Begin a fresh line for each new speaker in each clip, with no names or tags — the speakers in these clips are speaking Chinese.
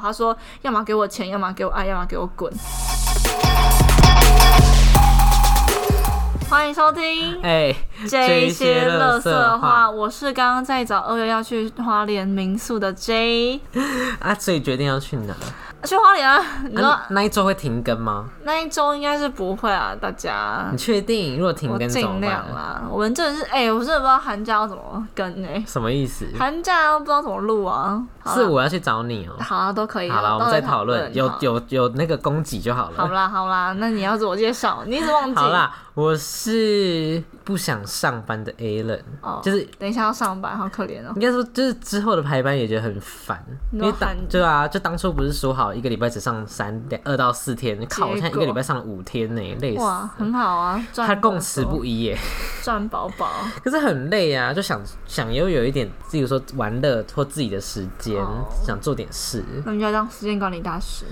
他说要么给我钱，要么给我爱，要么给我滚。欢迎收听
哎、
这
这
一
一
些
些
乐
垃
色话，
圾话
我是刚刚在找二月要去花莲民宿的 J，
啊，所以决定要去哪？
去花莲啊，你说
啊、那一周会停更吗？
那一周应该是不会啊，大家
你，确定？如果停
我
嗯更怎
尽
么
量
办？
啦。我们真的是，哎、我真的不知道寒假要怎么跟哎、
什么意思？
寒假都不知道怎么录啊。好啦
嗯是我要去找你哦、
好啊，都可以啊。
好了，我们
到
再
时候
讨论，有
好
有有那个供给就好了。
好啦好啦，那你要自我介绍，你一直忘记。
好，啦，我是不想上班的 A 人，
哦
就是
等一下要上班，好可怜哦。
应该说，就是之后的排班也觉得很烦，
你
因
说
为
喊
当对啊，就当初不是说好一个礼拜只上三两二到四天，靠，我现在一
结果
个礼拜上了五天呢、累死。
哇，很好啊，赚
他
饱
供词
饱
不一耶，
赚饱饱。
可是很累啊，就想想要有一点，比如说玩乐或自己的时间
哦
想做点事，
那你就要当时间管理大 师。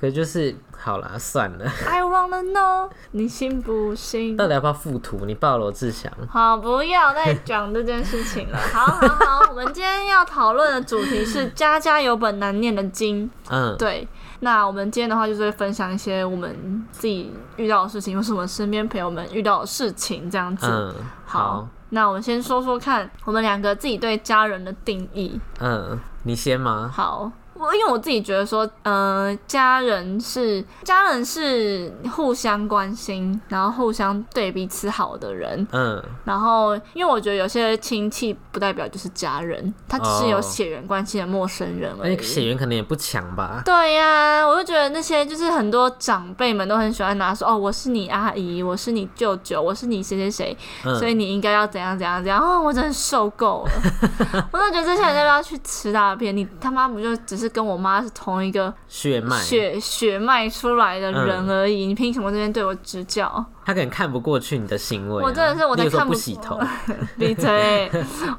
可是就是好啦，算了，
I wanna know，你信不信？
到底要不要附图？你报罗志祥，
好，不要再讲这件事情了。 好好好，我们今天要讨论的主题是“家家有本难念的经”。
嗯，
对，那我们今天的话就是会分享一些我们自己遇到的事情，或是我们身边朋友们遇到的事情这样子。
嗯，好，
那我们先说说看我们两个自己对家人的定义。
嗯，你先吗？
好，我因为我自己觉得说，呃，家人是家人是互相关心，然后互相对彼此好的人。
嗯，
然后，因为我觉得有些亲戚不代表就是家人，他只是有
哦
血缘关系的陌生人而
那
已。
你血缘可能也不强吧？
对呀、我就觉得那些就是很多长辈们都很喜欢拿说哦，我是你阿姨，我是你舅舅，我是你谁谁谁，
嗯，
所以你应该要怎样怎样怎样。哦，我真的受够 了，我真的觉得这些人要不要去吃大便？你他妈不就只是跟我妈是同一个
血脉，
血血脉出来的人而
嗯
已，你凭什么这边对我指教？
他可能看不过去你的行为啊、
我真的是我才
例如说
看不
不洗头。
闭 嘴！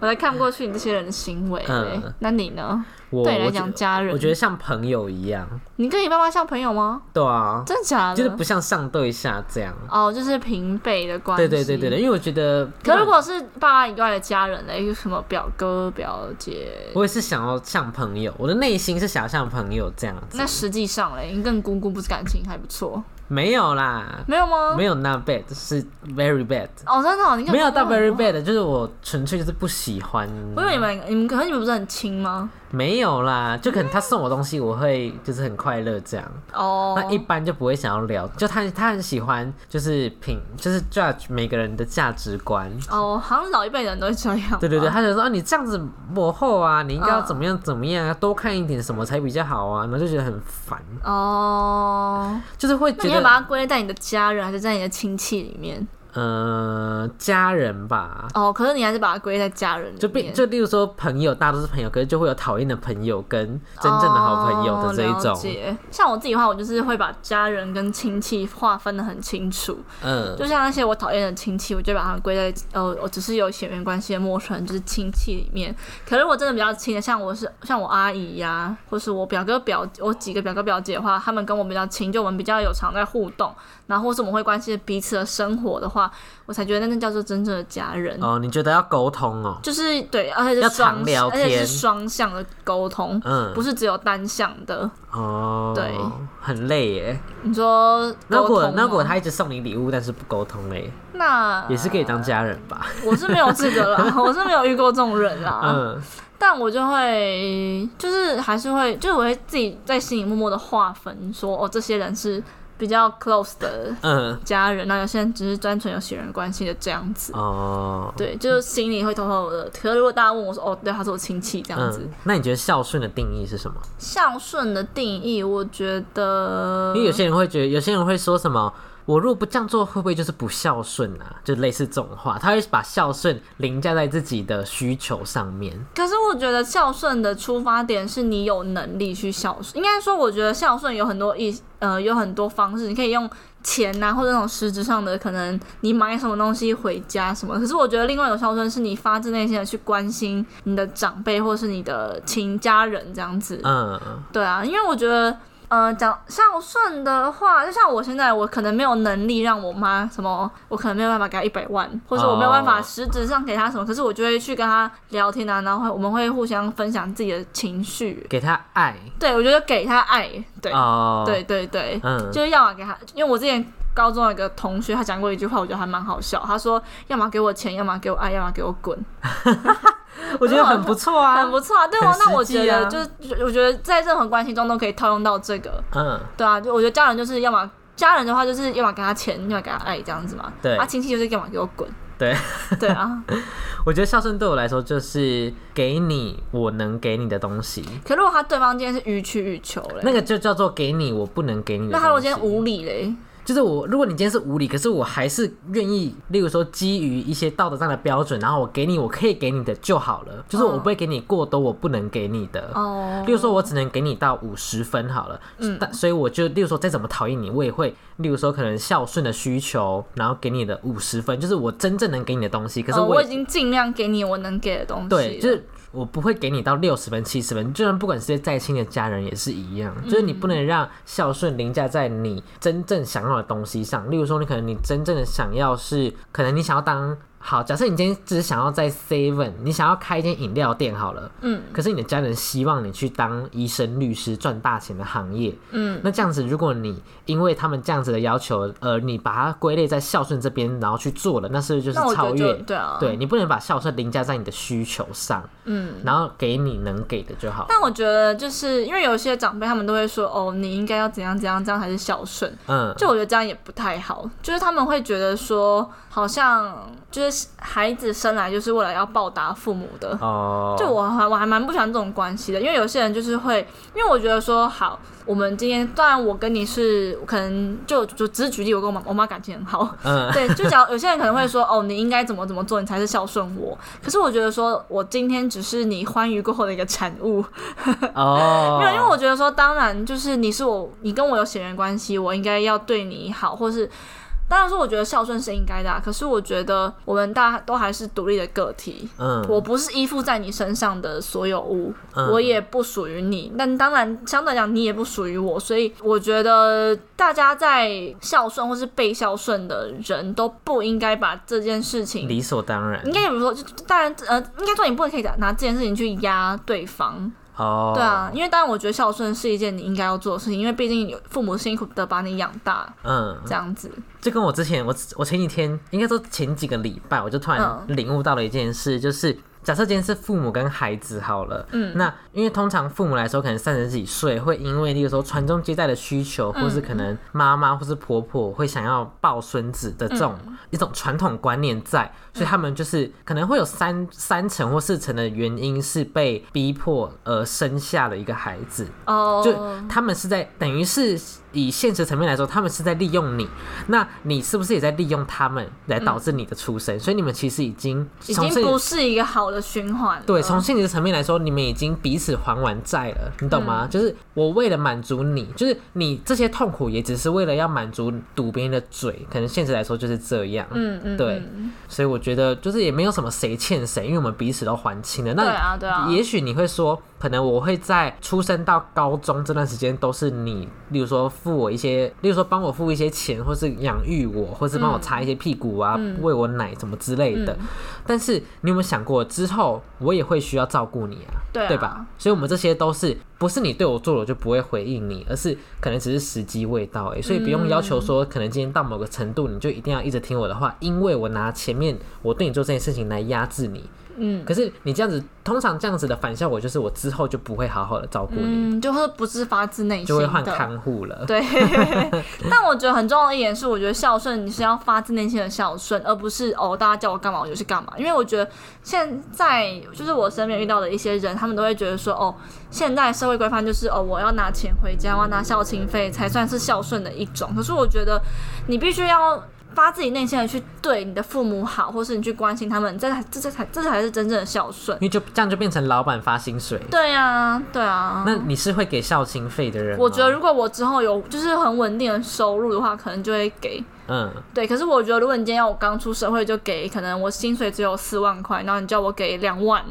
我才看不过去你这些人的行为。
嗯
对那你呢？
我
对你来
我觉
讲，家人，
我觉得像朋友一样，
你跟你爸妈像朋友吗？
对啊，
真的假的？
就是不像上对下这样。
哦，就是平辈的关系。
对对对对对，
对。
因为我觉得，
可如果是爸妈以外的家人嘞，有什么表哥表姐？
我也是想要像朋友，我的内心是想要像朋友这样子
那。实际上嘞，你跟姑姑不是感情还不错，
没有啦，
没有吗？
没有那 bad，是 very bad，
哦，真的哦、你跟
没有到
姑姑很
very
好。
bad，就是我纯粹就是不喜欢。
我以为你们，你们可能你们不是很亲吗？
没有啦，就可能他送我东西，我会就是很快乐这样。
哦，
那一般就不会想要聊，就他他很喜欢就是品，就是 judge 每个人的价值观。
哦，好像老一辈人都会这样吧。
对对对，他就说啊，你这样子抹后啊，你应该要
嗯
怎么样怎么样啊，多看一点什么才比较好啊，然后就觉得很烦，
哦，
就是会
那
觉
你要把它
得，
归类在你的家人还是在你的亲戚里面？
呃，家人吧，
哦，可是你还是把它归类在家人里面，
就变就例如说朋友，大家都是朋友，可是就会有讨厌的朋友跟真正的好朋友的这一
哦了
种，
解像我自己的话，我就是会把家人跟亲戚划分的很清楚，
嗯
就像那些我讨厌的亲戚，我就把他们归在呃，我只是有血缘关系的陌生人，就是亲戚里面。可是我真的比较亲的，像我是像我阿姨呀、或是我表哥表我几个表哥表姐的话，他们跟我比较亲，就我们比较有常在互动，然后或是我们会关心彼此的生活的话，我才觉得那叫做真正的家人。
哦，你觉得要沟通哦，
就是对，而且是
要
双
常聊
而且
天
是双向的沟通，
嗯
不，是只有单向的。
哦，
对，
很累耶。
你说
那如
沟
果
通哦
那如果
吗
他一直送你礼物，但是不沟通嘞，
那
也是可以当家人吧？
我是没有这个啦， 我是没有遇过这种人啦。
嗯
但我就会，就是还是会，就是我会自己在心里默默的划分说，哦，这些人是比较 close 的
嗯，
家人，啊那有些人只是单纯有血缘关系的这样子。
哦，
对，就是心里会偷偷的。可是如果大家问我说，哦，对，他是我亲戚这样子。
嗯，那你觉得孝顺的定义是什么？
孝顺的定义，我觉得嗯
因为有些人会觉得，有些人会说什么。我如果不这样做，会不会就是不孝顺啊？就类似这种话，他会把孝顺凌驾在自己的需求上面。
可是我觉得孝顺的出发点是你有能力去孝顺，应该说我觉得孝顺有很多意呃有很多方式，你可以用钱呐、或者那种实质上的，可能你买什么东西回家什么。可是我觉得另外一种孝顺是你发自内心的去关心你的长辈或是你的亲家人这样子。
嗯，
对啊，因为我觉得。呃，讲孝顺的话，就像我现在，我可能没有能力让我妈什么，我可能没有办法给她一百万，或者我没有办法
哦
实质上给她什么，可是我就会去跟她聊天啊，然后会我们会互相分享自己的情绪。
给他爱
对，我觉得给她爱，对，
哦，
对，对对，
嗯，
就是要么给她，因为我之前高中有一个同学，他讲过一句话，我觉得还蛮好笑，他说要么给我钱，要么给我爱，要么给我滚。
我觉得很不错啊
很，不错啊，对啊
很，实
那我觉
际啊
得就是，我觉得在任何关系中都可以套用到这个，
嗯，
对啊，就我觉得家人就是要么家人的话就是要么给他钱，要么给他爱这样子嘛，
对
啊，亲戚就是要么给我滚，
对，
对啊。
我觉得孝顺对我来说就是给你我能给你的东西，
可如果他对方今天是予取予求嘞，
那个就叫做给你我不能给你的
那
东西。
他如果今天无理嘞，
就是我，如果你今天是无理，可是我还是愿意，例如说基于一些道德上的标准，然后我给你我可以给你的就好了，就是我不会给你过多我不能给你的。
哦
例，如说，我只能给你到五十分好了，嗯，但所以我就，例如说，再怎么讨厌你，我也会，例如说，可能孝顺的需求，然后给你的五十分，就是我真正能给你的东西。可是
哦，
我
我
也、
已经尽量给你我能给的东西了，
对，就是我不会给你到六十分、七十分，就算不管是再亲的家人也是一样，
嗯
就是你不能让孝顺凌驾在你真正想要的东西上。例如说，你可能你真正的想要是，可能你想要当好，假设你今天只是想要在 Seven，你想要开一间饮料店好了，
嗯
可是你的家人希望你去当医生、律师，赚大钱的行业。
嗯，
那这样子，如果你因为他们这样子的要求，而你把它归类在孝顺这边，然后去做了，那是不是就
那我
是
觉
超
得
越
就？对啊，
对你不能把孝顺凌驾在你的需求上，
嗯。
然后给你能给的就好。
但我觉得，就是因为有些长辈他们都会说，哦，你应该要怎样怎样，这样才是孝顺。
嗯，
就我觉得这样也不太好，就是他们会觉得说，好像就是孩子生来就是为了要报答父母的。
哦，
就我还我还蛮不喜欢这种关系的，因为有些人就是会，因为我觉得说好，我们今天当然我跟你是可能就就只是举例，我跟我妈我妈感情很 好，
嗯
对，就讲有些人可能会说哦，你应该怎么怎么做，你才是孝顺我。可是我觉得说我今天只是你欢愉过后的一个产物，
哦，
没有，因为我觉得说，当然就是你是我，你跟我有血缘关系，我应该要对你好，或是当然说，我觉得孝顺是应该的、啊。可是我觉得我们大家都还是独立的个体，
嗯
我不是依附在你身上的所有物，
嗯
我也不属于你。但当然，相对来讲，你也不属于我，所以我觉得大家在孝顺或是被孝顺的人都不应该把这件事情
理所当然
应该也不是说，就就当然，呃，应该说你不可以拿这件事情去压对方，
哦，
对啊，，因为当然，我觉得孝顺是一件你应该要做的事情，因为毕竟有父母辛苦的把你养大，
嗯，
这样子。
就跟我之前，我我前几天应该说前几个礼拜，我就突然领悟到了一件事，就是假设今天是父母跟孩子好了，嗯，那因为通常父母来说，可能三十几岁会因为例如说传宗接代的需求，或是可能妈妈或是婆婆会想要抱孙子的这种、一种传统观念在，所以他们就是可能会有三三成或四成的原因是被逼迫而生下了一个孩子，
哦，
就他们是在等于是以现实层面来说，他们是在利用你，那你是不是也在利用他们来导致你的出生？所以你们其实已经
嗯已
从
经不
现
是一个好的循环了。
对从现实层面来说，你们已经彼此还完债了，你懂
嗯
吗？就是我为了满足你，就是你这些痛苦也只是为了要满足堵别人的嘴，可能现实来说就是这样。
嗯嗯，
对
嗯
所以我觉得就是也没有什么谁欠谁，因为我们彼此都还清了。那
对啊对啊
也许你会说，可能我会在出生到高中这段时间都是你，例如说付我一些，例如说帮我付一些钱，或是养育我，或是帮我擦一些屁股啊，
嗯
喂我奶什么之类的。但是你有没有想过，之后我也会需要照顾你啊，
对啊
吧？所以我们这些都是不是你对我做了我就不会回应你，而是可能只是时机未到而已，所以不用要
嗯
求说可能今天到某个程度你就一定要一直听我的话，因为我拿前面我对你做这件事情来压制你。
嗯
可是你这样子，通常这样子的反效果就是我之后就不会好好的照顾你，
嗯，就是不是发自内
就
心
会换
的。
看护了。
对， 但我觉得很重要的一点是，我觉得孝顺你是要发自内心的孝顺，而不是哦，大家叫我干嘛我就去干嘛。因为我觉得现在就是我身边遇到的一些人，他们都会觉得说，哦，现在社会规范就是哦，我要拿钱回家，我要拿孝亲费才算是孝顺的一种。可是我觉得你必须要。发自己内心的去对你的父母好，或是你去关心他们，这才这这才这才是真正的孝顺
因。为就这样就变成老板发薪水。
对啊，对啊。
那你是会给孝亲费的人吗？
我觉得如果我之后有就是很稳定的收入的话，可能就会给。
嗯，
对，可是我觉得，如果你今天要我刚出社会就给，可能我薪水只有四万块，然后你叫我给两万，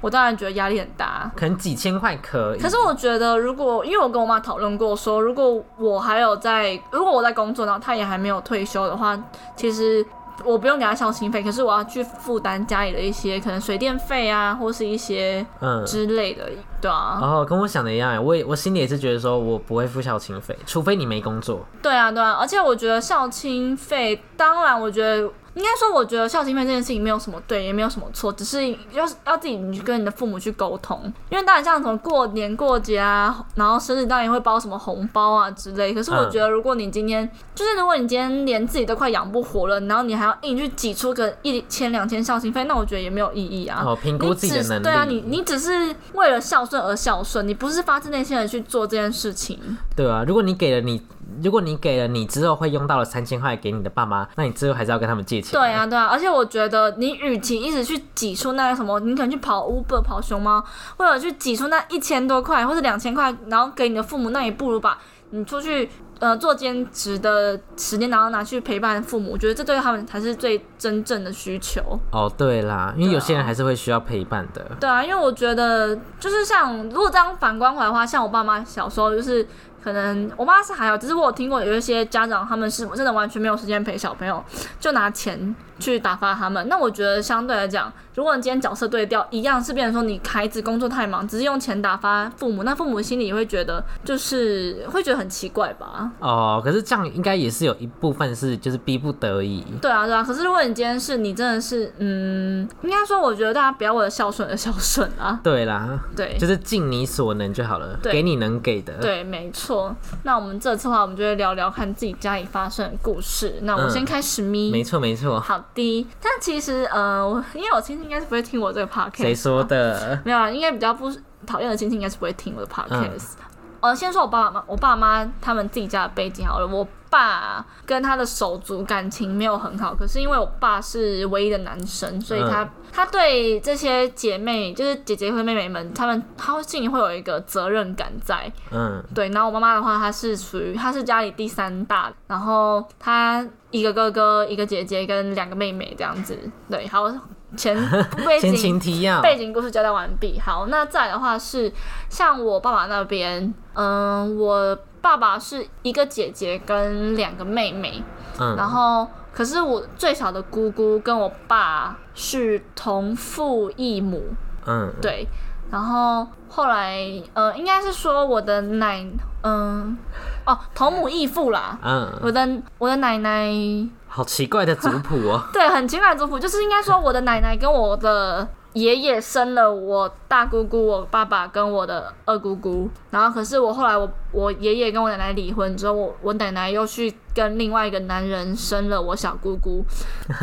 我当然觉得压力很大。
可能几千块可以。
可是我觉得，如果因为我跟我妈讨论过说，如果我还有在，如果我在工作，然后她也还没有退休的话，其实我不用给她孝心费，可是我要去负担家里的一些可能水电费啊，或是一些
嗯，
之类的，对啊，
然后跟我想的一样欸，我也我心里也是觉得说我不会付孝亲费，除非你没工作。
对啊，对啊。而且我觉得孝亲费，当然我觉得。应该说，我觉得孝亲费这件事情没有什么对，也没有什么错，只是要要自己你跟你的父母去沟通。因为当然像什么过年过节啊，然后生日当然也会包什么红包啊之类。可是我
嗯
觉得，如果你今天、就是如果你今天连自己都快养不活了，然后你还要硬去挤出个一千两千孝亲费，那我觉得也没有意义啊。
哦，评估
你
自己
只
的
是
能力。
对啊，你你只是为了孝顺而孝顺，你不是发自内心的去做这件事情。
对啊，如果你给了你，如果你给了你之后会用到了三千块给你的爸妈，那你之后还是要跟他们借钱。
对啊，对啊，而且我觉得你与其一直去挤出那个什么，你可能去跑 Uber、跑熊猫，或者去挤出那一千多块或者两千块，然后给你的父母，那也不如把你出去呃做兼职的时间，然后拿去陪伴父母，我觉得这对他们才是最真正的需求。
哦，对啦，因为
对啊
有些人还是会需要陪伴的。
对啊，因为我觉得就是像如果这样反观回来的话，像我爸妈小时候就是。可能我妈是还好，只是我有听过有一些家长，他们是真的完全没有时间陪小朋友，就拿钱去打发他们。那我觉得相对来讲，如果你今天角色对调，一样是变成说你孩子工作太忙，只是用钱打发父母，那父母心里也会觉得就是会觉得很奇怪吧？
哦，可是这样应该也是有一部分是就是逼不得已。
对啊，对啊。可是如果你今天是你真的是，嗯，应该说我觉得大家不要为了孝顺而孝顺啊，
对啦，
对，
就是尽你所能就好了，
对
给你能给的。，
对，没错。那我们这次的话，我们就会聊聊看自己家里发生的故事。那我
嗯
先开始咪。
没错没错。
好的。但其实，呃，我因为我亲戚应该是不会听我这个 podcast。
谁说？的？
没有啊，应该比较不讨厌的亲戚应该是不会听我的 podcast。呃，先说我爸妈，我爸妈他们自己家的背景好了。我爸跟他的手足感情没有很好，可是因为我爸是唯一的男生，所以他、
嗯
他对这些姐妹，就是姐姐和妹妹们，他们他会心里会有一个责任感在。
嗯，
对，然后我妈妈的话，她是属于她是家里第三大，然后她一个哥哥、一个姐姐跟两个妹妹这样子。对，好， 前背
先
景
情提要。
背景故事交代完毕。好，那再来的话是像我爸爸那边，嗯，我爸爸是一个姐姐跟两个妹妹，然
嗯，
后可是我最小的姑姑跟我爸是同父异母，
嗯，
对，然后后来呃，应该是说我的奶，嗯、哦，同母异父啦。
嗯，
我的我的奶奶，
好奇怪的族谱 哦。
对，很情感族谱，就是应该说我的奶奶跟我的爷爷生了我大姑姑、我爸爸跟我的二姑姑，然后可是我后来我我爷爷跟我奶奶离婚之后，我我奶奶又去跟另外一个男人生了我小姑姑，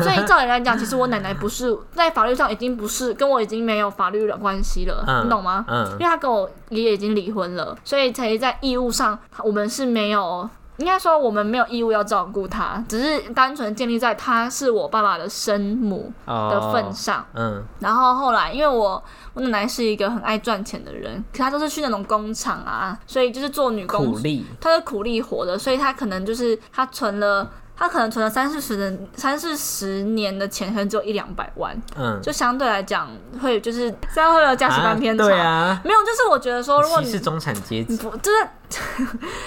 所以照理来讲，其实我奶奶不是在法律上已经不是跟我已经没有法律的关系了，
嗯，
你懂吗？因
嗯
为他跟我爷爷已经离婚了，所以才在义务上，我们是没有，应该说我们没有义务要照顾他，只是单纯建立在他是我爸爸的生母的
哦，
份上。
嗯
然后后来，因为我我奶奶是一个很爱赚钱的人，可她都是去那种工厂啊，所以就是做女工
苦力。
他是苦力活的，所以他可能就是他存了，他可能存了三四十的三四十年的钱，可能只有一两百万，
嗯，
就相对来讲会就是这样会有价值观偏差。
啊对啊，
没有，就是我觉得说，如果
歧
你
视中产阶级。
不就是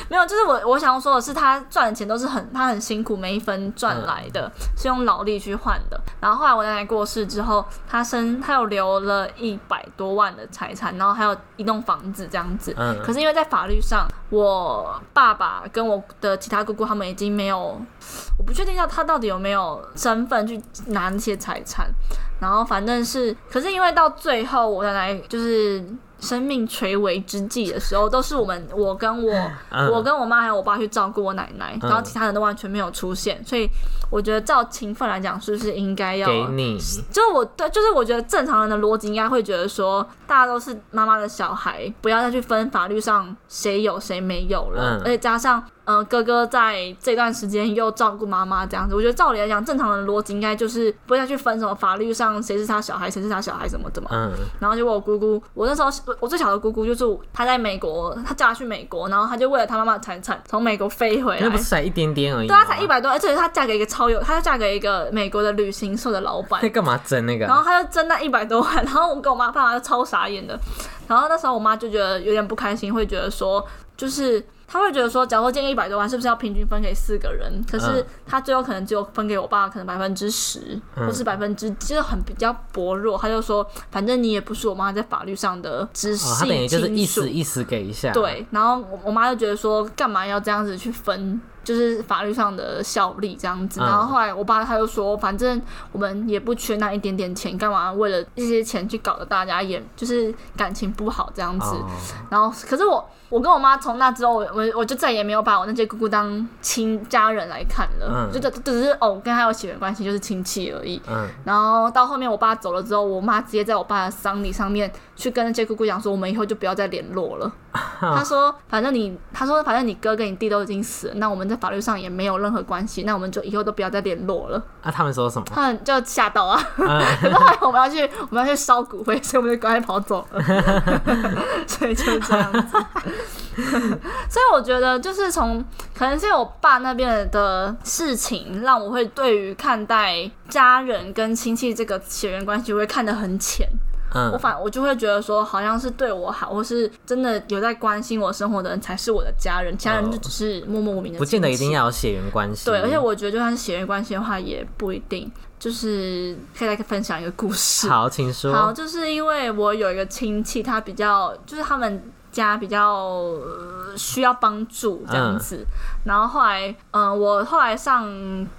没有，就是我我想要说的是，他赚的钱都是很他很辛苦，每一分赚来的、是用劳力去换的。然后后来我奶奶过世之后，他身他有留了一百多万的财产，然后还有一栋房子这样子。
嗯，
可是因为在法律上，我爸爸跟我的其他姑姑他们已经没有，我不确定要他到底有没有身份去拿那些财产。然后反正是，可是因为到最后我奶奶就是生命垂危之际的时候，都是我们我跟我
嗯
我跟我妈还有我爸去照顾我奶奶，
嗯
然后其他人都完全没有出现，所以我觉得照情分来讲，是不是应该要
给你，
就是我对，就是我觉得正常人的逻辑应该会觉得说，大家都是妈妈的小孩，不要再去分法律上谁有谁没有了。
嗯
而且加上，呃，哥哥在这段时间又照顾妈妈这样子，我觉得照理来讲，正常人的逻辑应该就是不要再去分什么法律上谁是他小孩，谁是他小孩什么的嘛。
嗯
然后结果我姑姑，我那时候我最小的姑姑就是她在美国，她嫁去美国，然后她就为了她妈妈的财产从美国飞回
那
来
不。是才一点点而已
对啊，
吗，
才一百多，而且她嫁给一个超有，她嫁给一个美国的旅行社的老板
在，干嘛争那个
然
啊？
后她就挣那一百多 万，然后我跟我妈爸妈就超傻眼的。然后那时候我妈就觉得有点不开心，会觉得说，就是她会觉得说，假如说借一百多万，是不是要平均分给四个人？可是
嗯
她最后可能只有分给我爸，可能百分之十，
嗯
或是百分之，就是很比较薄弱。她就说，反正你也不是我妈在法律上的直系
哦，他等于就是意
亲属
思，意思给一下，，
对，然后我我妈就觉得说，干嘛要这样子去分，就是法律上的效力这样子。
嗯
然后后来我爸他就说，反正我们也不缺那一点点钱，干嘛为了这些钱去搞得大家也就是感情不好这样子。
哦，
然后可是我我跟我妈从那之后，我我我就再也没有把我那些姑姑当亲家人来看了，
嗯
就就就只是哦跟她有血缘关系，就是亲戚而已。
嗯，
然后到后面我爸走了之后，我妈直接在我爸的丧礼上面去跟那些姑姑讲说，我们以后就不要再联络了。她说，反正你，她说反正你哥跟你弟都已经死了，那我们在法律上也没有任何关系，那我们就以后都不要再联络了。
那他们说什么？
他们就吓到啊！
嗯
可是后来我们要去，我们要去烧骨灰，所以我们就赶快跑走了。 所以就是这样子。 所以我觉得，就是从可能是我爸那边的事情，让我会对于看待家人跟亲戚这个血缘关系，我会看得很浅。我
嗯，
反我就会觉得说，好像是对我好，或是真的有在关心我生活的人才是我的家人，家人就只是默默无名的亲戚。
哦不见得一定要有血缘关系，
对，而且我觉得就算是血缘关系的话，也不一定。就是可以来分享一个故事。
好，请
好，
说，
就是因为我有一个亲戚，他比较就是他们家比较、呃需要帮助这
嗯
样子。然后后来，嗯、我后来上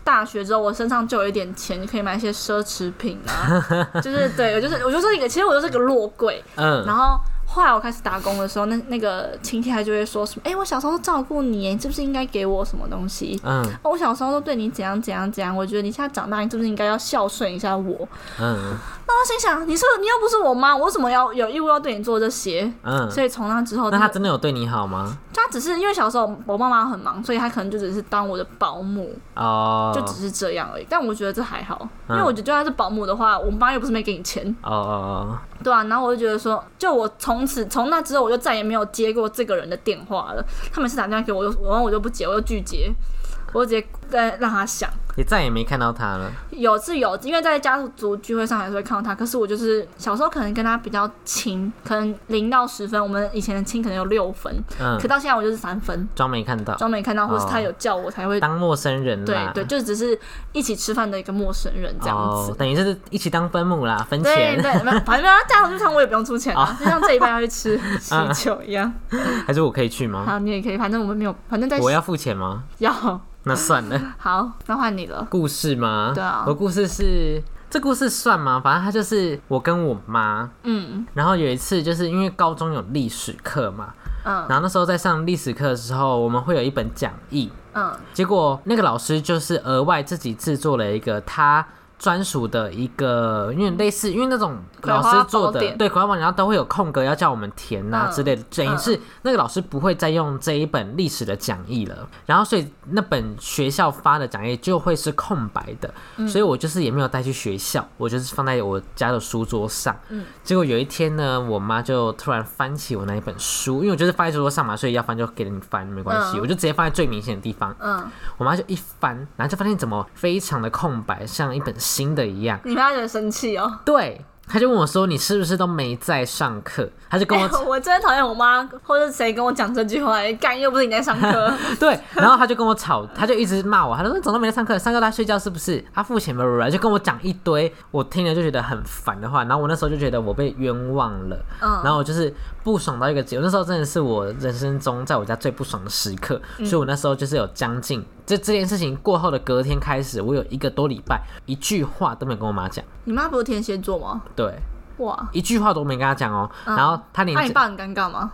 大学之后，我身上就有一点钱，可以买一些奢侈品 啊。就是对我就是我就是一个，其实我就是个落柜。
嗯，
然后后来我开始打工的时候，那那个亲戚他就会说什么：“哎、我小时候都照顾你，你是不是应该给我什么东西？”
嗯
哦我小时候都对你怎样怎样怎样，我觉得你现在长大，你是不是应该要孝顺一下我？
嗯
那我心想，你是你又不是我妈，我为什么要有义务要对你做这些？
嗯，
所以从那之后，
那他真的有对你好吗？
他只是因为小时候我爸妈很忙，所以他可能就只是当我的保姆，
哦，
就只是这样而已。但我觉得这还好，因为
嗯
我觉得就算是保姆的话，我妈又不是没给你钱，
哦哦
对啊。然后我就觉得说，就我从此从那之后，我就再也没有接过这个人的电话了。他每次打电话给我，我就然后我就不接，我就拒绝，我就直接呃让他想。
哦，也再也没看到他了，
有是有，因为在家族聚会上还是会看到他。可是我就是小时候可能跟他比较亲，可能零到十分，我们以前的亲可能有六分，
嗯
可，到现在我就是三分，
装没看到，
装没看到，或是他有叫我才会。
当陌生人
对
啦，
对，就只是一起吃饭的一个陌生人这样子。
哦，等于就是一起当分母啦，分
对
钱哦
对，没有反正家族聚 餐我也不用出钱啊，就像这一半要去吃喜酒一样。
还是我可以去吗？
好，你也可以，反正我们没有，反正在
嗯我要付钱吗？
要
那算了，
好，那换你了。
故事吗？
对啊
我故事是这故事算吗？反正他就是我跟我妈，
嗯
然后有一次就是因为高中有历史课嘛，
嗯
然后那时候在上历史课的时候，我们会有一本讲义，
嗯
结果那个老师就是额外自己制作了一个他。专属的一个，因为类似，因为那种
葵
老
花
师做
宝
的
典
对葵花宝典，然后都会有空格要叫我们填啊呐、
嗯
之类的，等于是那个老师不会再用这一本历史的讲义了，然后所以那本学校发的讲义就会是空白的，
嗯
所以我就是也没有带去学校，我就是放在我家的书桌上。
嗯
结果有一天呢，我妈就突然翻起我那一本书，因为我就是放在桌上嘛，所以要翻就给你翻，没关系，
嗯
我就直接放在最明显的地方。
嗯，
我妈就一翻，然后就发现怎么非常的空白，像一本新的一样。
你妈有点生气哦。
对，她就问我说：“你是不是都没在上课？”她就跟我、
哎 我真的讨厌我妈或者谁跟我讲这句话，哎干又不是你在上 课，
对，然后她就跟我吵，她就一直骂我，她就说：“你怎么都没在上课？上课都在睡觉是不是？她付钱吧，就跟我讲一堆，我听了就觉得很烦的话。然后我那时候就觉得我被冤枉了，
嗯
然后我就是不爽到一个结果。那时候真的是我人生中在我家最不爽的时刻，
嗯
所以我那时候就是有将近这这件事情过后的隔天开始，我有一个多礼拜一句话都没有跟我妈讲，
你妈不是天蝎座吗？
对，
哇，
一句话都没跟她讲哦、
嗯
然后她连
那、你爸很尴尬吗？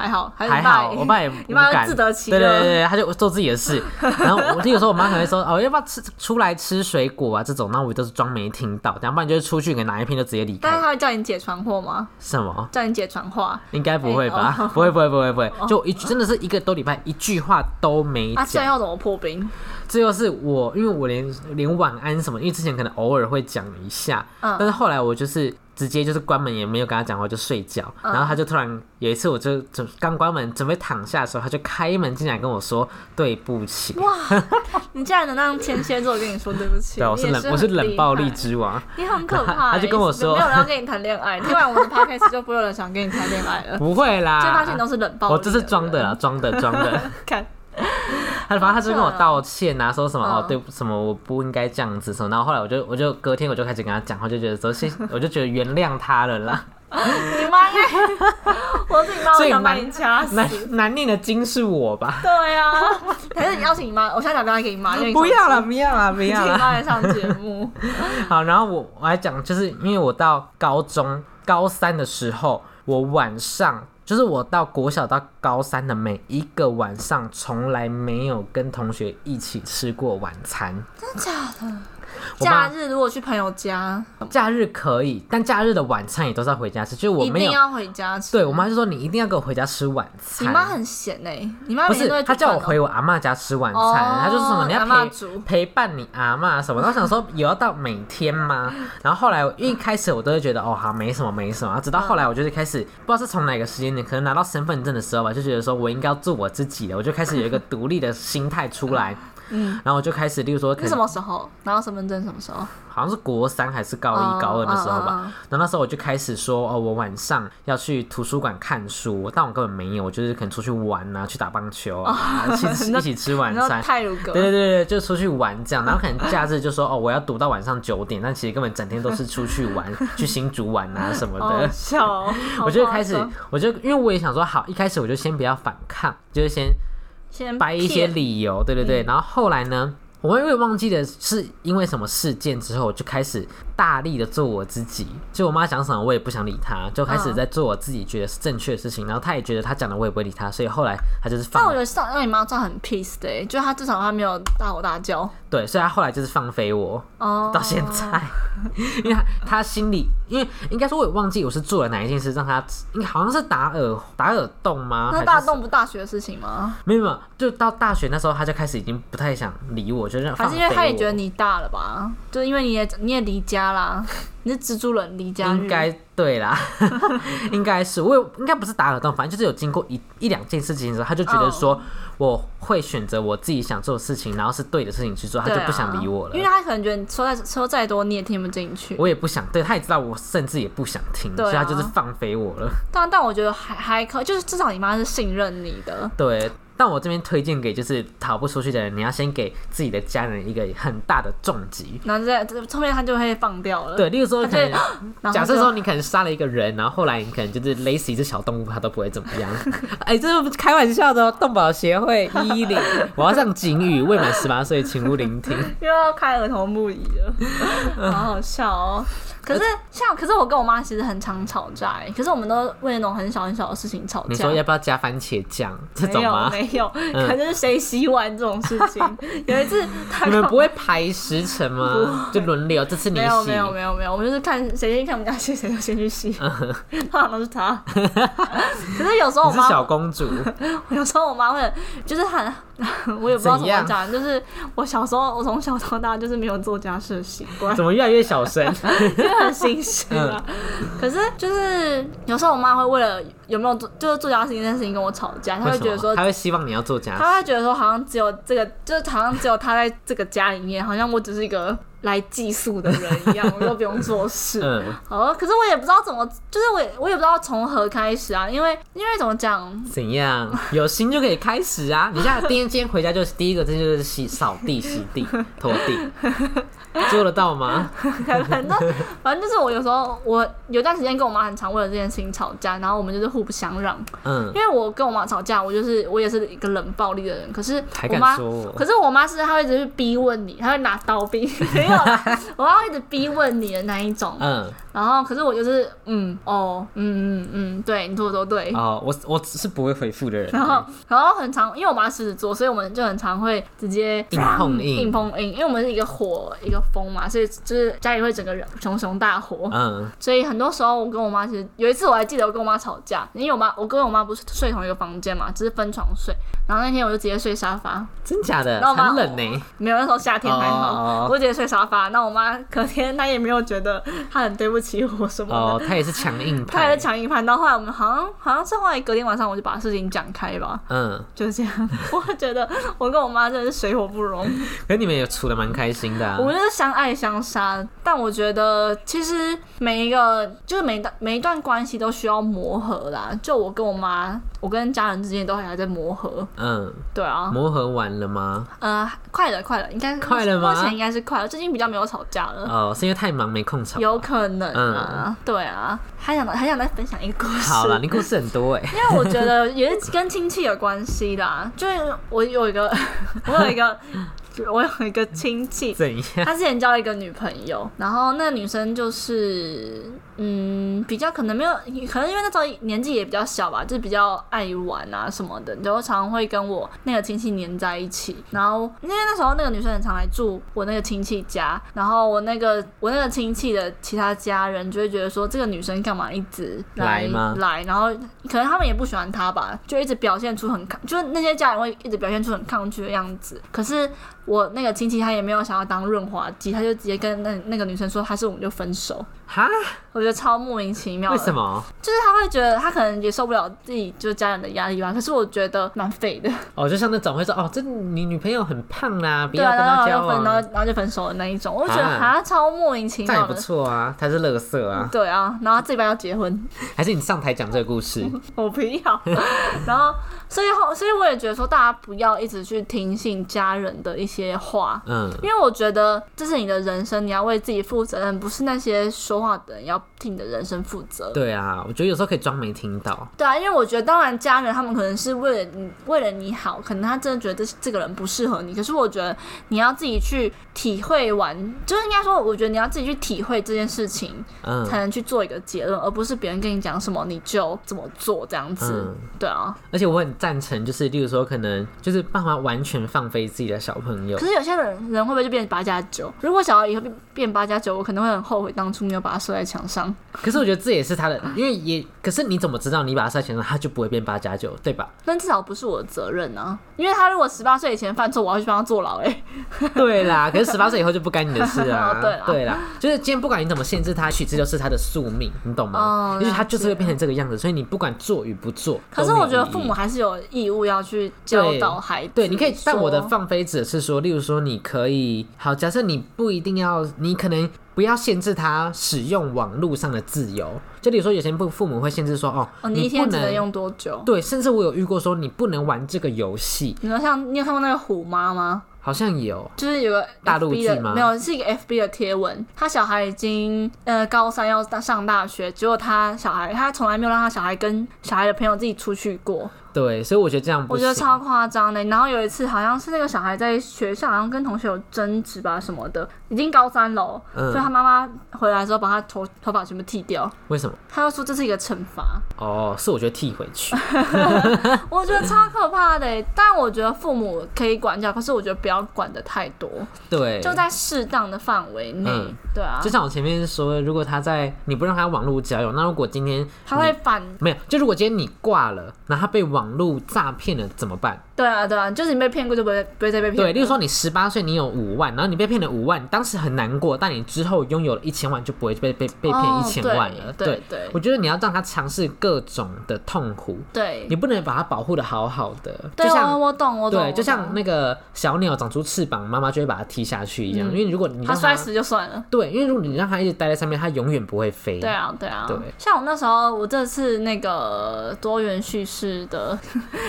还好，还是
还
哎你爸
好，我爸也
你
不
妈
敢
自得其
对
乐
对对对，他就做自己的 事。然后我就有时候我妈可能会说，哦，要不要吃出来吃水果啊这种，那我都是装没听到，然后不然就是出去给拿一片就直接离
但是
开。
他会叫你姐传货吗？
什么？
叫你姐传话？
应该不会吧？
哎哦
不会不会不会不 会，就一真的是一个多礼拜一句话都没
啊，这
讲。
样要怎么破冰？
这就是我，因为我连连晚安什么，因为之前可能偶尔会讲一下，
嗯
但是后来我就是直接就是关门也没有跟他讲话就睡觉，
嗯
然后他就突然有一次我就准刚关门准备躺下的时候，他就开门进来跟我说对不起，
哇，你竟然能让天蝎座跟你说对不起，
对啊我
你
是
也
冷
是
我是
很
冷
厉
暴力
害
之王，
你很可怕、欸，
他就跟我说
没有人要跟你谈恋爱，听完我们的 podcast 就不会有人想跟你谈恋爱 了。
不会啦，
就发现你都是冷暴力，
我这是装的啦，装的装的。
人。 看，
他反正他就跟我道歉啊，说什么
嗯
哦对不什么我不应该这样子什么，然后后来我就我就隔天我就开始跟他讲话，就觉得说谢，我就觉得原谅他了啦。
你妈 耶！我自己妈，
所
我
以
想把
男
你掐 死。
难难念的经是我吧？
对啊， 还是你邀请你妈？我现在打电话给你 妈，因为你
不要了，
上
不要了，不
次，
要
请 你
了。
妈来上节 目。
好，然后我我还讲，就是因为我到高中高三的时候，我晚上。就是我到国小到高三的每一个晚上，从来没有跟同学一起吃过晚餐。
真的假的？
我妈
假日如果去朋友家，
假日可以，但假日的晚餐也都是要回家吃。就是我
嗯一
没
定
有，
要回家吃。
对我妈就说你一定要给我回家吃晚
你
餐。
妈很闲哎、你妈
不
每天
是
都会，
她
煮
叫我
饭哦
回我阿妈家吃晚餐，
哦
她就说什么你要
阿嬷
陪
煮
陪伴你阿妈什么。然后想说有要到每天吗？然后后来因为一开始我都会觉得哦好没什么没什么，直到后来我就是开始不知道是从哪个时间点，可能拿到身份证的时候吧，就觉得说我应该要做我自己了，我就开始有一个独立的心态出来。嗯，然后我就开始，例如说，可
你
能
什么时候拿到身份证？什么时候？
好像是国三还是高一、
哦
高二的时候
嗯嗯
吧。然后那时候我就开始说，哦，我晚上要去图书馆看书，但我根本没有，我就是可能出去玩啊，去打棒球啊，
哦
一 起一起吃晚
你知道
餐。
泰鲁格？
对对对对，就出去玩这样，然后可能假日就说哦，我要读到晚上九点，但其实根本整天都是出去 玩，去新竹玩啊什么
好
的。
笑哦、
我就开始
好夸张，
我就因为我也想说好，一开始我就先不要反抗，就是先
先
掰一些
骗嗯
理由，对对对。然后后来呢，我因为忘记了是因为什么事件之后，我就开始大力的做我自己。就我妈讲什么，我也不想理她，就开始
嗯
在做我自己觉得是正确的事情。然后她也觉得她讲的我也不会理她，所以后来她就是
但我
放
觉得上让你妈这样很 peace 的、欸，就她至少她没有大吼大叫
对，所以她后来就是放飞我
哦。
到现在， 因为她她心里因为应该说我也忘记我是做了哪一件事让她，应该好像是打耳打耳洞吗？还
那
是
大
什
动不大学的事情吗？
没有没有，就到大学那时候，她就开始已经不太想理我，就让
还是因为她也觉
得。
得你大了吧？就是因为你也你也离家啦，你是蜘蛛人离家日
应该对啦， 应该是我有应该不是打耳洞，反正就是有经过一一两件事情之后，他就觉得说
哦
我会选择我自己想做的事情，然后是对的事情去做，他
对
就
啊
不想理我了
因为。她可能觉得你说再说再多你也听不进去。
我也不想，对，他也知道我甚至也不想听，
对
所
啊
以他就是放飞我了。
但但我觉得还还可，就是至少你妈是信任你的。
对，但我这边推荐给就是逃不出去的人，你要先给自己的家人一个很大的重击。
然后在后面她就会放掉了。，
对，例如说可能
他然后
假设
就
说你可能杀了一个人，然后后来你可能就是勒死一只小动物，它都不会怎么样。 哎、这是开玩笑的哦，动保协会一一零，我要上警语，未满十八岁请勿聆听。
又要开儿童不宜了， 好好笑哦。可是像，可是我跟我妈其实很常吵架欸，可是我们都为那种很小很小的事情吵
你
架
说。要不要加番茄酱这
没
种
有
吗？嗯
没有，可能是谁洗碗这种事 情。有一次她
你
跟我，
们不会排时辰吗？就轮流，这次你
没有
洗
没。有没有没有，我们就是看谁先去看我们家洗，谁就先去 洗，通常都是她。可是有时候我
你是
妈
小公主，
有时候我妈会就是很， 我也不知道怎
怎
么
样
讲，就是我小时候，我从小到大就是没有做家事的习惯，
怎么越来越小声？
因为很心虚啊。
嗯
可是就是有时候我妈会为了有没有做，就是做家事这件事情跟我吵架， 她
为
会
什
觉得说
么？。她会希望你要做家事。
她会觉得说，好像只有这个，就是好像只有她在这个家里面，好像我只是一个来寄宿的人一样，我都不用做事。
嗯，
好，可是我也不知道怎么，就是我也我也不知道从何开始啊，因为因为怎么讲，
怎样？有心就可以开始啊！你像第一今天回家就是第一个，这就是洗扫地、洗地、拖地， 做得到吗？
反正反正就是我有时候我有段时间跟我妈很常为了这件事情吵架，然后我们就是互不相让。
嗯
因，为我跟我妈吵架，我就是我也是一个冷暴力的人，可是
还
我
敢
妈。
说我
可是我妈是她会一直去逼问你，她会拿刀逼， 没有啦，我妈会一直逼问你的那一种。
嗯，
然后可是我就是嗯哦嗯嗯嗯，对你做的都对。
哦，我我只是不会回复的人，
然后然后很常，因为我妈狮子座，所以我们就很常会直接
硬碰硬
硬碰硬，因为我们是一个火一个风嘛，所以就是家里会整个人熊熊大火。
嗯，
所以很多时候我跟我妈其实有一次我还记得我跟我妈吵架，因为我妈我跟我妈不是睡同一个房间嘛，只是分床睡。然后那天我就直接睡沙发，
真假的，
那我妈
很冷呢。
没有那时候夏天还好，
哦
我就直接睡沙发。那我妈隔天她也没有觉得她很对不起我什么的。
哦，他也是强硬派，
他也是强硬派。然后后来我们好像好像是后来隔天晚上我就把事情讲开吧，
嗯，
就是这样。 我觉得我跟我妈真的是水火不容，
可是你们也处的蛮开心的、啊
我。们就是相爱相杀。但我觉得其实每一个就是每一段每一段关系都需要磨合啦。就我跟我妈，我跟家人之间都还在磨合。
嗯，
对啊，
磨合完了吗？
呃，快了，快了，应该是
快了吗
目前应该是快了，最近比较没有吵架了。
哦，是因为太忙没空吵。
有可能啊，对啊，还想还想再分享一个故事。
嗯好了，你故事很 多哎、
因为我觉得也是跟亲戚有关系啦，就是我有一个， 我有一个， 我有一个亲戚，
怎样？
他之前交了一个女朋友，然后那女生就是，嗯，比较可能没有，可能因为那时候年纪也比较小吧，就是比较爱玩啊什么的，然后常常会跟我那个亲戚黏在一起。然后因为那时候那个女生很常来住我那个亲戚家，然后我那个我那个亲戚的其他家人就会觉得说，这个女生干嘛一直
来
来
吗
来，然后可能他们也不喜欢他吧，就一直表现出很抗，就是那些家人会一直表现出很抗拒的样子。可是我那个亲戚他也没有想要当润滑剂，他就直接跟那那个女生说，还是我们就分手。
哈？
我觉得超莫名其妙的，
为什么？
就是他会觉得他可能也受不了自己就是家人的压力吧。可是我觉得蛮废 的，
哦，就像那种会说哦，这你女朋友很胖啦、不
对
要
啊，
跟
然
她
后
交
就分，
往。
然后然后就分手的那一种，我就觉得
啊
哈超莫名其
这样
妙
也不
的。
错啊，他是乐 色啊，
对啊，然后这边要结婚，
还是你上台讲这个故事？
我不要。 然后，所以后，所以我也觉得说，大家不要一直去听信家人的一些话，
嗯，
因为我觉得这是你的人生，你要为自己负责任，不是那些说话的人要替你的人生负责。
对啊，我觉得有时候可以装没听到。
对啊，因为我觉得，当然家人他们可能是为了你，为了你好，可能他真的觉得这这个人不适合你。可是我觉得你要自己去体会完，就是应该说，我觉得你要自己去体会这件事情，
嗯，
才能去做一个结论，而不是别人跟你讲什么你就怎么做这样子。
嗯
对啊，
而且我很赞成，就是例如说，可能就是爸妈完全放飞自己的小朋友
可，是有些人人会不会就变八加九？如果小孩以后变变八加九，我可能会很后悔当初没有把他射在墙上。
可是我觉得这也是他
啊
的，因为也可是你怎么知道你把他塞钱了，他就不会变八加九，对 吧？
但至少不是我的责任啊，因为他如果十八岁以前犯错，我要去帮他坐牢、欸。
对啦，可是十八岁以后就不干你的事啊。
哦对啦
就是今天不管你怎么限制他，取之就是他的宿命，你懂吗？
哦
因为他就是会变成这个样子，所以你不管做与不做，
可是
都没有
我觉得
意义
父母还是有义务要去教导孩子。
对，你可以。但我的
说
放飞指的是说，例如说，你可以好，假设你不一定要，你可能不要限制他使用网络上的自由。就例如说，有些父父母会限制说，哦，
哦，你一
不
天只能
能
用多久？
对，甚至我有遇过说，你不能玩这个游戏，
你说像你有看过那个虎妈吗？
好像有
就是有个
大陆
FB
剧
的
吗
没有，是一个 FB 的贴文。他小孩已经呃高三要上大学，结果他小孩他从来没有让他小孩跟小孩的朋友自己出去过，
对，所以我觉得这样不
我觉得
行。
超夸张的。然后有一次好像是那个小孩在学校好像跟同学有争执吧什么的，已经高三了哦，
嗯
所以他妈妈回来之后把他头头发全部剃掉，
为什么？
他就说这是一个惩罚。
哦，是我觉得踢回 去。
我觉得超可怕的欸，但我觉得父母可以管教，可是我觉得不要管的太多，
对，
就在适当的范围内
嗯。
对啊
就，像我前面说，如果他在你不让他网络交友，那如果今天
他会反，
没有，就如果今天你挂了，然后他被网络诈骗了怎么办？
对啊，对啊，就是你被骗过就不会不会再被骗。
对，例如，说你十八岁，你有五万，然后你被骗了五万，当时很难过，但你之后拥有了一千万，就不会被被被骗
哦
一千万了。
对对对
我觉得你要让他尝试各种的痛苦，
对
你，不能把他保护的好好的，就
对，我
像。
我懂，我懂，
对，
我
就像
懂
那个小鸟长出翅膀，妈妈就会把它踢下去一样。因为如果你
他嗯
让
摔
它，
死就算了。
对，因为如果你让它一直待在上面，它永远不会飞。
对啊，对啊，
对
像我那时候，我这次那个多元叙事的，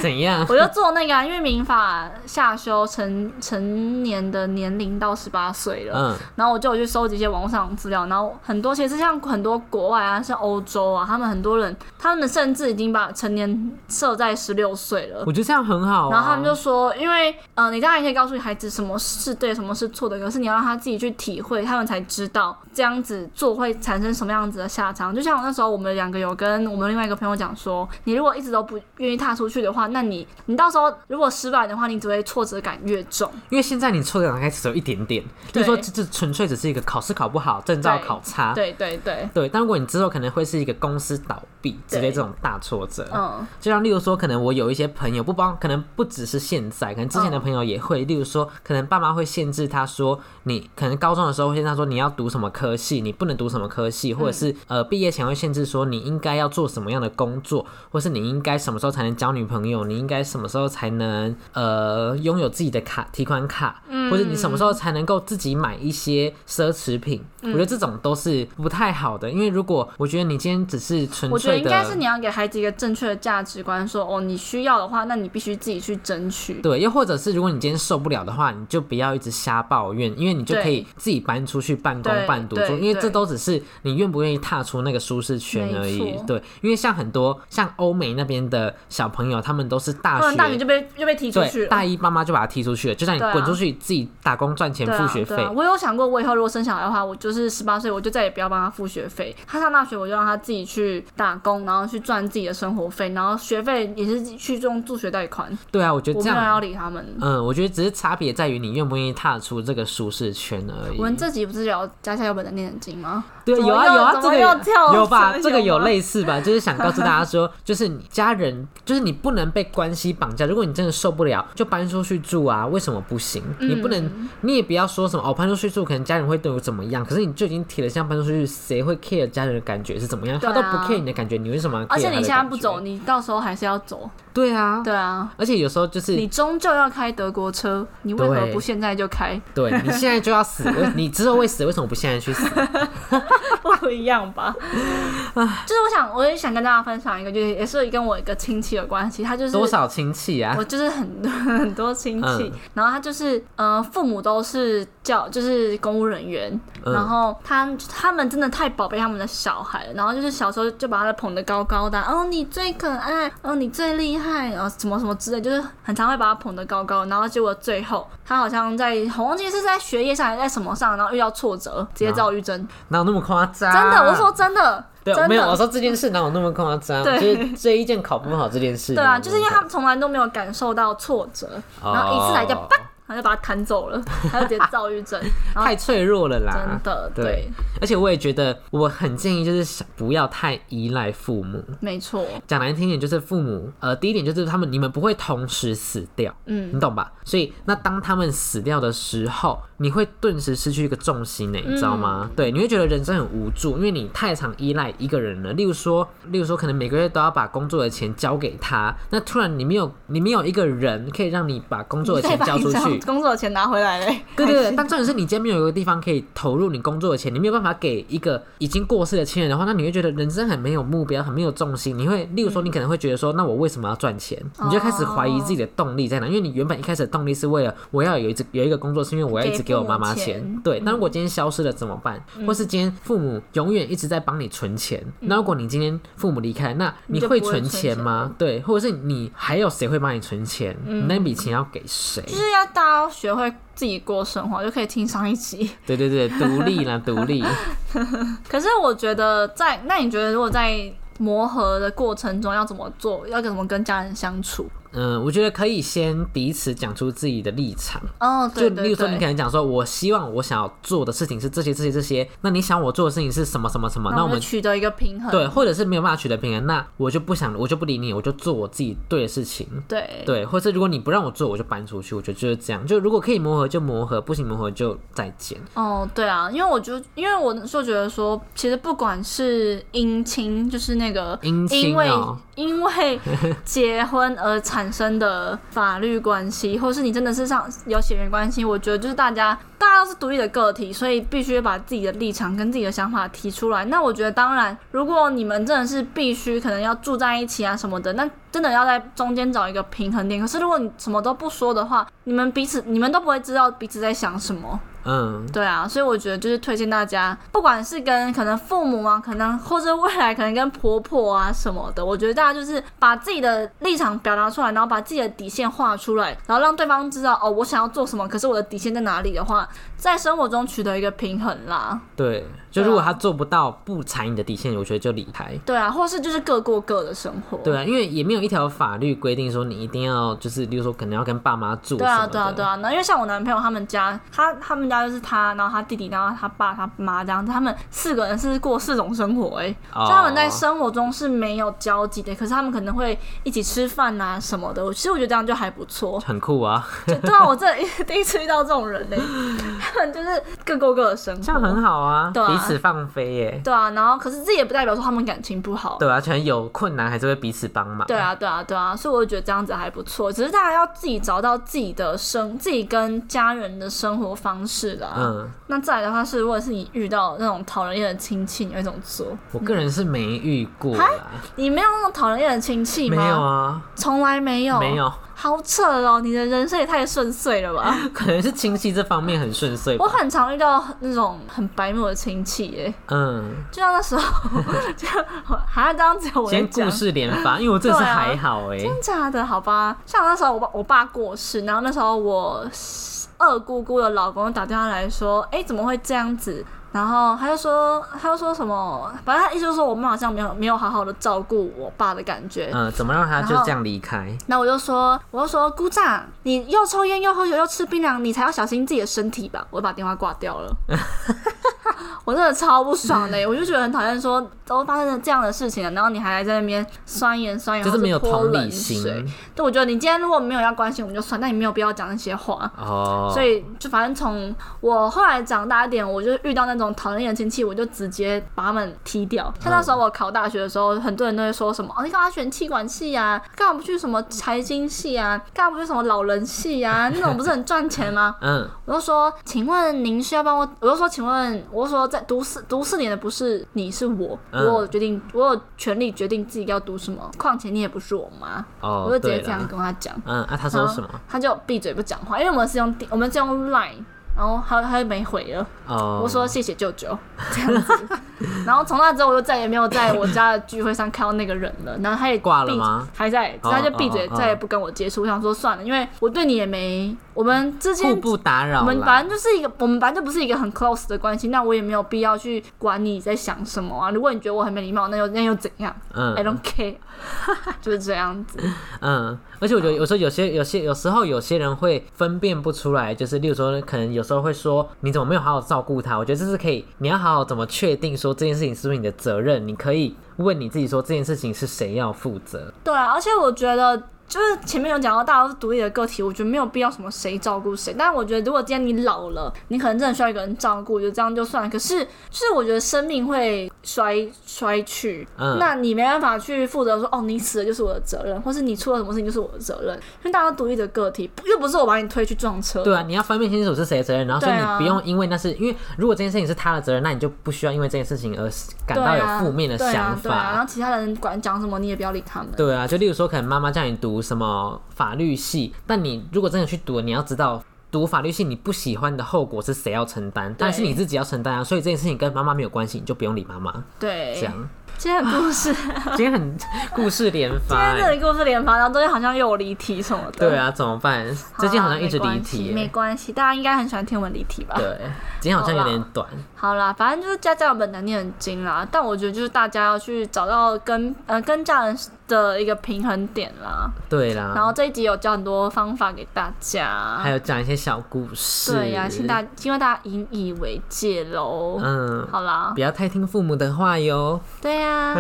怎样？
我就做那个啊、因为民法下修成成年的年龄到十八岁了，
嗯，
然后我就有去收集一些网络上的资料，然后很多其实像很多国外啊，像欧洲啊，他们很多人，他们甚至已经把成年设在十六岁了。
我觉得这样很好、啊。
然后他们就说，因为呃，你当然可以告诉你孩子什么是对，什么是错的，可是你要让他自己去体会，他们才知道这样子做会产生什么样子的下场。就像我那时候，我们两个有跟我们另外一个朋友讲说，你如果一直都不愿意踏出去的话，那你你到时候如果失败的话，你只会挫折感越重。
因为现在你挫折感开始只有一点点，就是说这这纯粹只是一个考试考不好，证照
对
考差，
对对对，
对，但如果你之后可能会是一个公司倒闭之类
对
这种大挫折，
嗯，
就像例如说，可能我有一些朋友，不包可能不只是现在，可能之前的
嗯
朋友也会，例如说，可能爸妈会限制他说，你可能高中的时候会限制他说你要读什么科系，你不能读什么科系，或者是、
嗯
呃毕业前会限制说你应该要做什么样的工作，或是你应该什么时候才能交女朋友，你应该什么时候才能呃拥有自己的卡提款卡，
嗯
或者你什么时候才能够自己买一些奢侈品。我
嗯
觉得这种都是不太好的，因为如果我觉得你今天只是纯
我觉得
粹
应
的。
该是你要给孩子一个正确的价值观，说哦，你需要的话，那你必须自己去争取。
对，又或者是如果你今天受不了的话，你就不要一直瞎抱怨，因为你就可以自己搬出去半工
对
半读
对
做，因为这
对
都只是你愿不愿意踏出那个舒适圈
没
而已
错。
对，因为像很多像欧美那边的小朋友，他们都是大
不然
学。
大学就被就被踢出去
对，
了。
大一爸妈就把他踢出去了，就像你
对啊
滚出去自己打工赚钱
对
付
啊，
学费
对，啊。我有想过，我以后如果生小孩的话，我就是十八岁，我就再也不要帮他付学费。他上大学，我就让他自己去打工，然后去赚自己的生活费，然后学费也是去用助学贷款。
对啊，我觉得
我
这
没有要
样，
理他们。
嗯，我觉得只是差别在于你愿不愿意踏出这个舒适圈而已。
我们这集不是聊家下有本的念眼经吗？
对，
怎么
有啊
又
有啊，
怎
这
么
个
又
有
跳
有吧？
绳
这个
有
有
吗
类似吧？就是想告诉 大家说，就是你家人，就是你不能被关系绑架。如果你真的受不了，就搬出去住啊！为什么不行？你不
嗯
能，你也不要说什么哦，搬出去住可能家人会对我怎么样？可是你就已经提了像搬出去，谁会 care 家人的感觉是怎么样？
对
他
啊
都不 care 你的感觉，你为什么要 care
而且
他
你
的
现在
感
不
觉
走，？你到时候还是要走。
对啊，
对啊，
而且有时候就是
你终究要开德国车，你为何
对
不现在就开？
对你现在就要死，为你之后会死，为什么不现在 去死？
不一样吧？ 就是我想，我也想跟大家分享一个，就是也是跟我一个亲戚有关系，他就是
多少亲戚啊
我？就是很很多亲戚，
嗯
然后他就是呃，父母都是教就是公务人员，
嗯
然后他他们真的太宝贝他们的小孩了，然后就是小时候就把他捧得高高的，哦你最可爱，哦你最厉害，然后什么什么之类，就是很常会把他捧得高高，然后结果最后他好像在我忘记是在学业上还是在什么上，然后遇到挫折，直
啊
接躁郁症，
哪有那么夸张？
真的，我说真的，
对，
真
没有，我
的。
说这件事哪有那么夸张？
对
就是这一件考不好这件 事。
对
哪
啊，
有
就是因为
那么
他们从来都没有感受到挫折，
哦
然后一次来就啪，他就把他弹走 了，他就直接躁郁症。然后
太脆弱了啦
啊真。的，
对
对，
而且我也觉得，我很建议就是小不要太依赖父母。
没错，
讲难听点，就是父母，呃，第一点就是他们，你们不会同时死掉，
嗯
你懂吧？所以，那当他们死掉的时候，你会顿时失去一个重心欸
嗯
呢，你知道吗？对，你会觉得人生很无助，因为你太常依赖一个人了。例如说，例如说，可能每个月都要把工作的钱交给他，那突然你没有，你没有一个人可以让你把工作的
再
钱
把
交
你
出
这样
去，
工作的钱拿回来嘞。
对对对，但重点是你今天没有一个地方可以投入你工作的钱，你没有办法给一个已经过世的亲人的话，那你会觉得人生很没有目标，很没有重心。你会，例如说，你可能会觉得说，那我为什么要赚钱？
嗯
你就开始怀疑自己的动力在哪，因为你原本一开始的动力是为了我要有一只有一个工作，是因为我要一直给我妈妈
给父母
钱
钱。嗯
对，那如果今天消失了怎么办？或是今天父母永远一直在帮你存钱，
嗯
那如果你今天父母离开，那你
你就
会
不会
存
存
钱
钱嗯
吗？对，或者是你还有谁会帮你存钱？你那笔钱要给谁？
就是要大家要学会自己过生活，就可以听上一集。
对对对，独立啦，独立。
可是我觉得在，那你觉得如果在磨合的过程中要怎么做，要怎么跟家人相处？
嗯，我觉得可以先彼此讲出自己的立场。
哦，
就
对
例
对
如说，你可
对，
能讲说，我希望我想要做的事情是这些、这些、这些。那你想我做的事情是什么、什么、什么？那
那
我们
取得一个平衡。
对，或者是没有办法取得平衡，那我就不想，我就不理你，我就做我自己对的事情。
对
对，或是如果你不让我做，我就搬出去。我觉得就是这样，就如果可以磨合就磨合，不行磨合就再见。
哦，对啊，因为我就因为我就觉得说，其实不管是姻亲，就是那个
姻亲
因为
哦
因为结婚而产生的法律关系，或是你真的是上有血缘关系，我觉得就是大家大家都是独立的个体，所以必须把自己的立场跟自己的想法提出来。那我觉得，当然，如果你们真的是必须可能要住在一起啊什么的，那真的要在中间找一个平衡点。可是如果你什么都不说的话，你们彼此你们都不会知道彼此在想什么。
嗯，
对啊，所以我觉得就是推荐大家，不管是跟可能父母啊，可能或者未来可能跟婆婆啊什么的，我觉得大家就是把自己的立场表达出来，然后把自己的底线画出来，然后让对方知道哦，我想要做什么，可是我的底线在哪里的话，在生活中取得一个平衡啦。
对，就如果他做不到不踩你的底线，我觉得就离开。
对啊，或是就是各过各的生活。
对啊，因为也没有一条法律规定说你一定要就是，例如说可能要跟爸妈住什
对啊，
么的。
对啊，对啊。那因为像我男朋友他们家，他他们家就是他，然后他弟弟，然后他爸、他妈这样子，他们四个人是过四种生活、欸，哎、
哦。
就他们在生活中是没有交集的，可是他们可能会一起吃饭啊什么的。我其实我觉得这样就还不错
很酷啊，
就对 啊，我这 第一次遇到这种人呢、欸他们就是各过各的生活，
这样很好啊，
对啊
彼此放飞耶。
对啊。然后可是这也不代表说他们感情不好，
对啊，可能有困难还是会彼此帮忙。
对啊，对啊，对啊，所以我就觉得这样子还不错。只是大家要自己找到自己的生，自己跟家人的生活方式啦。
嗯，
那再来的话是，如果是你遇到那种讨人厌的亲戚，你会怎么做？
我个人是没遇过啦，
你没有那种讨人厌的亲戚
没
吗？哦
有，啊，
从来没有，
没，有，
好扯哦！你的人生也太顺遂了吧！
可能是亲戚这方面很顺遂吧
我。很常遇到那种很白目的亲戚耶，
嗯，
就像那时候， 就好像当只有我在
先
讲
故。事连发，因为我这次
对啊
还好哎、
真假的，好吧。像那时候我爸我爸过世，然后那时候我二姑姑的老公打电话来说，哎、怎么会这样子？然后他就说，他就说什么，反正他意思就是说我妈好像没有没有好好的照顾我爸的感觉。
嗯，怎么让他就
然后
这样离开？
那我就说，我就说姑丈，你又抽烟又喝酒又吃槟榔，你才要小心自己的身体吧。我就把电话挂掉 了，我真的超不爽的、我就觉得很讨厌说，都发生了这样的事情了，然后你还在那边酸言酸语，
就是
或
没有
泼
同理
冷水
心。
对，我觉得你今天如果没有要关心我们就算，但你没有必要讲那些话。
哦，
所以就反正从我后来长大一点，我就遇到那种讨人厌的亲戚，我就直接把他们踢掉。像那时候
嗯
我考大学的时候，很多人都会说什么：“哦，你干嘛选气管系啊？干嘛不去什么财经系啊？干嘛不去什么老人系 啊？那种不是很赚钱吗？”
嗯，
我就说，请问您需要帮我？我就说，请问，我就说，在读四读四年的不是你是我，
嗯
我有决定，我有权利决定自己要读什么。况且你也不是我妈，
哦，
我就直
对
接
了，
这样跟他讲。
嗯啊，他
然
说
后
什么？
他就闭嘴不讲话，因为我们是用我们是用 Line，然后他他就没回了。
哦，
我说谢谢舅 舅这样子，然后从那之后我就再也没有在我家的聚会上看到那个人了。然后他也
挂了
闭
吗？
还在，
哦
他就闭嘴
哦哦
再也不跟我接触。我想说算了，因为我对你也没我们之
互
间。
不打扰啦，
我们反正就是一个，我们反正就不是一个很 close 的关系，那我也没有必要去管你在想什么啊。如果你觉得我很没礼貌，那又那又怎样？I
嗯
don't care，就是这样子。
嗯，而且我觉得有时候有些有些有时候有些人会分辨不出来，就是例如说，可能有时候会说你怎么没有好好照顾他？我觉得这是可以，你要好好怎么确定说这件事情是不是你的责任？你可以问你自己说这件事情是谁要负责？
对啊，而且我觉得就是前面有讲到，大家都是独立的个体，我觉得没有必要什么谁照顾谁。但是我觉得，如果今天你老了，你可能真的需要一个人照顾，我觉得这样就算了。可是，就是我觉得生命会衰衰去，
嗯
那你没办法去负责说哦，你死了就是我的责任，或是你出了什么事情就是我的责任，因为大家都独立的个体，不又不是我把你推去撞车。
对啊，你要分辨清楚是谁的责任，然后所以
呃对
你
啊
不用因为那是、因为如果这件事情是他的责任，那你就不需要因为这件事情而感
对
到有
啊
负面的
对啊
想
对啊，然
法。
后其他人管讲什么，你也不要理他们。
对啊，就例如说，可能妈妈叫你读什么法律系，但你如果真的去读，你要知道读法律系你不喜欢的后果是谁要承担，但是你自己要承担啊。所以这件事情跟妈妈没有关系，你就不用理妈妈。
对，
这样，
今天的故 事，
今天很故事连
今
发、
天这
欸。
里故事连发，然后中间好像又有离题什么的。
对啊，怎么办？最近好像一直
啦
离
没关系
题、
啊没
欸。
关系，大家应该很喜欢听我们离题吧？
对，今天好像有
好啦
点短。
好啦，反正就是家教本难念的经啦，但我觉得就是大家要去找到跟呃跟家人的一个平衡点啦。
对啦，
然后这一集有教很多方法给大
还
家，
有讲一些小故事。
对呀、请大希望大家引以为戒喽。
嗯，
好啦
不，要太听父母的话哟，
对 呀、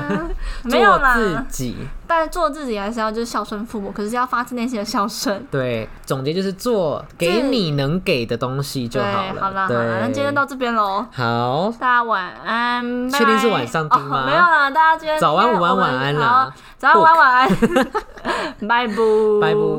没有
做
啦
自，己。
但做自己还是要就是孝顺父母，可是要发自内心的孝顺。
对，总结就是做给你能给的东西就
对，
好了。
好啦，好啦，那今天就到这边喽。
好，
大家晚安，
确定是
拜拜
晚上听吗
哦没有啦，大家今天
早安
今天
午安
我们
晚安 啦
好早安，晚安，晚安，拜拜，
拜拜。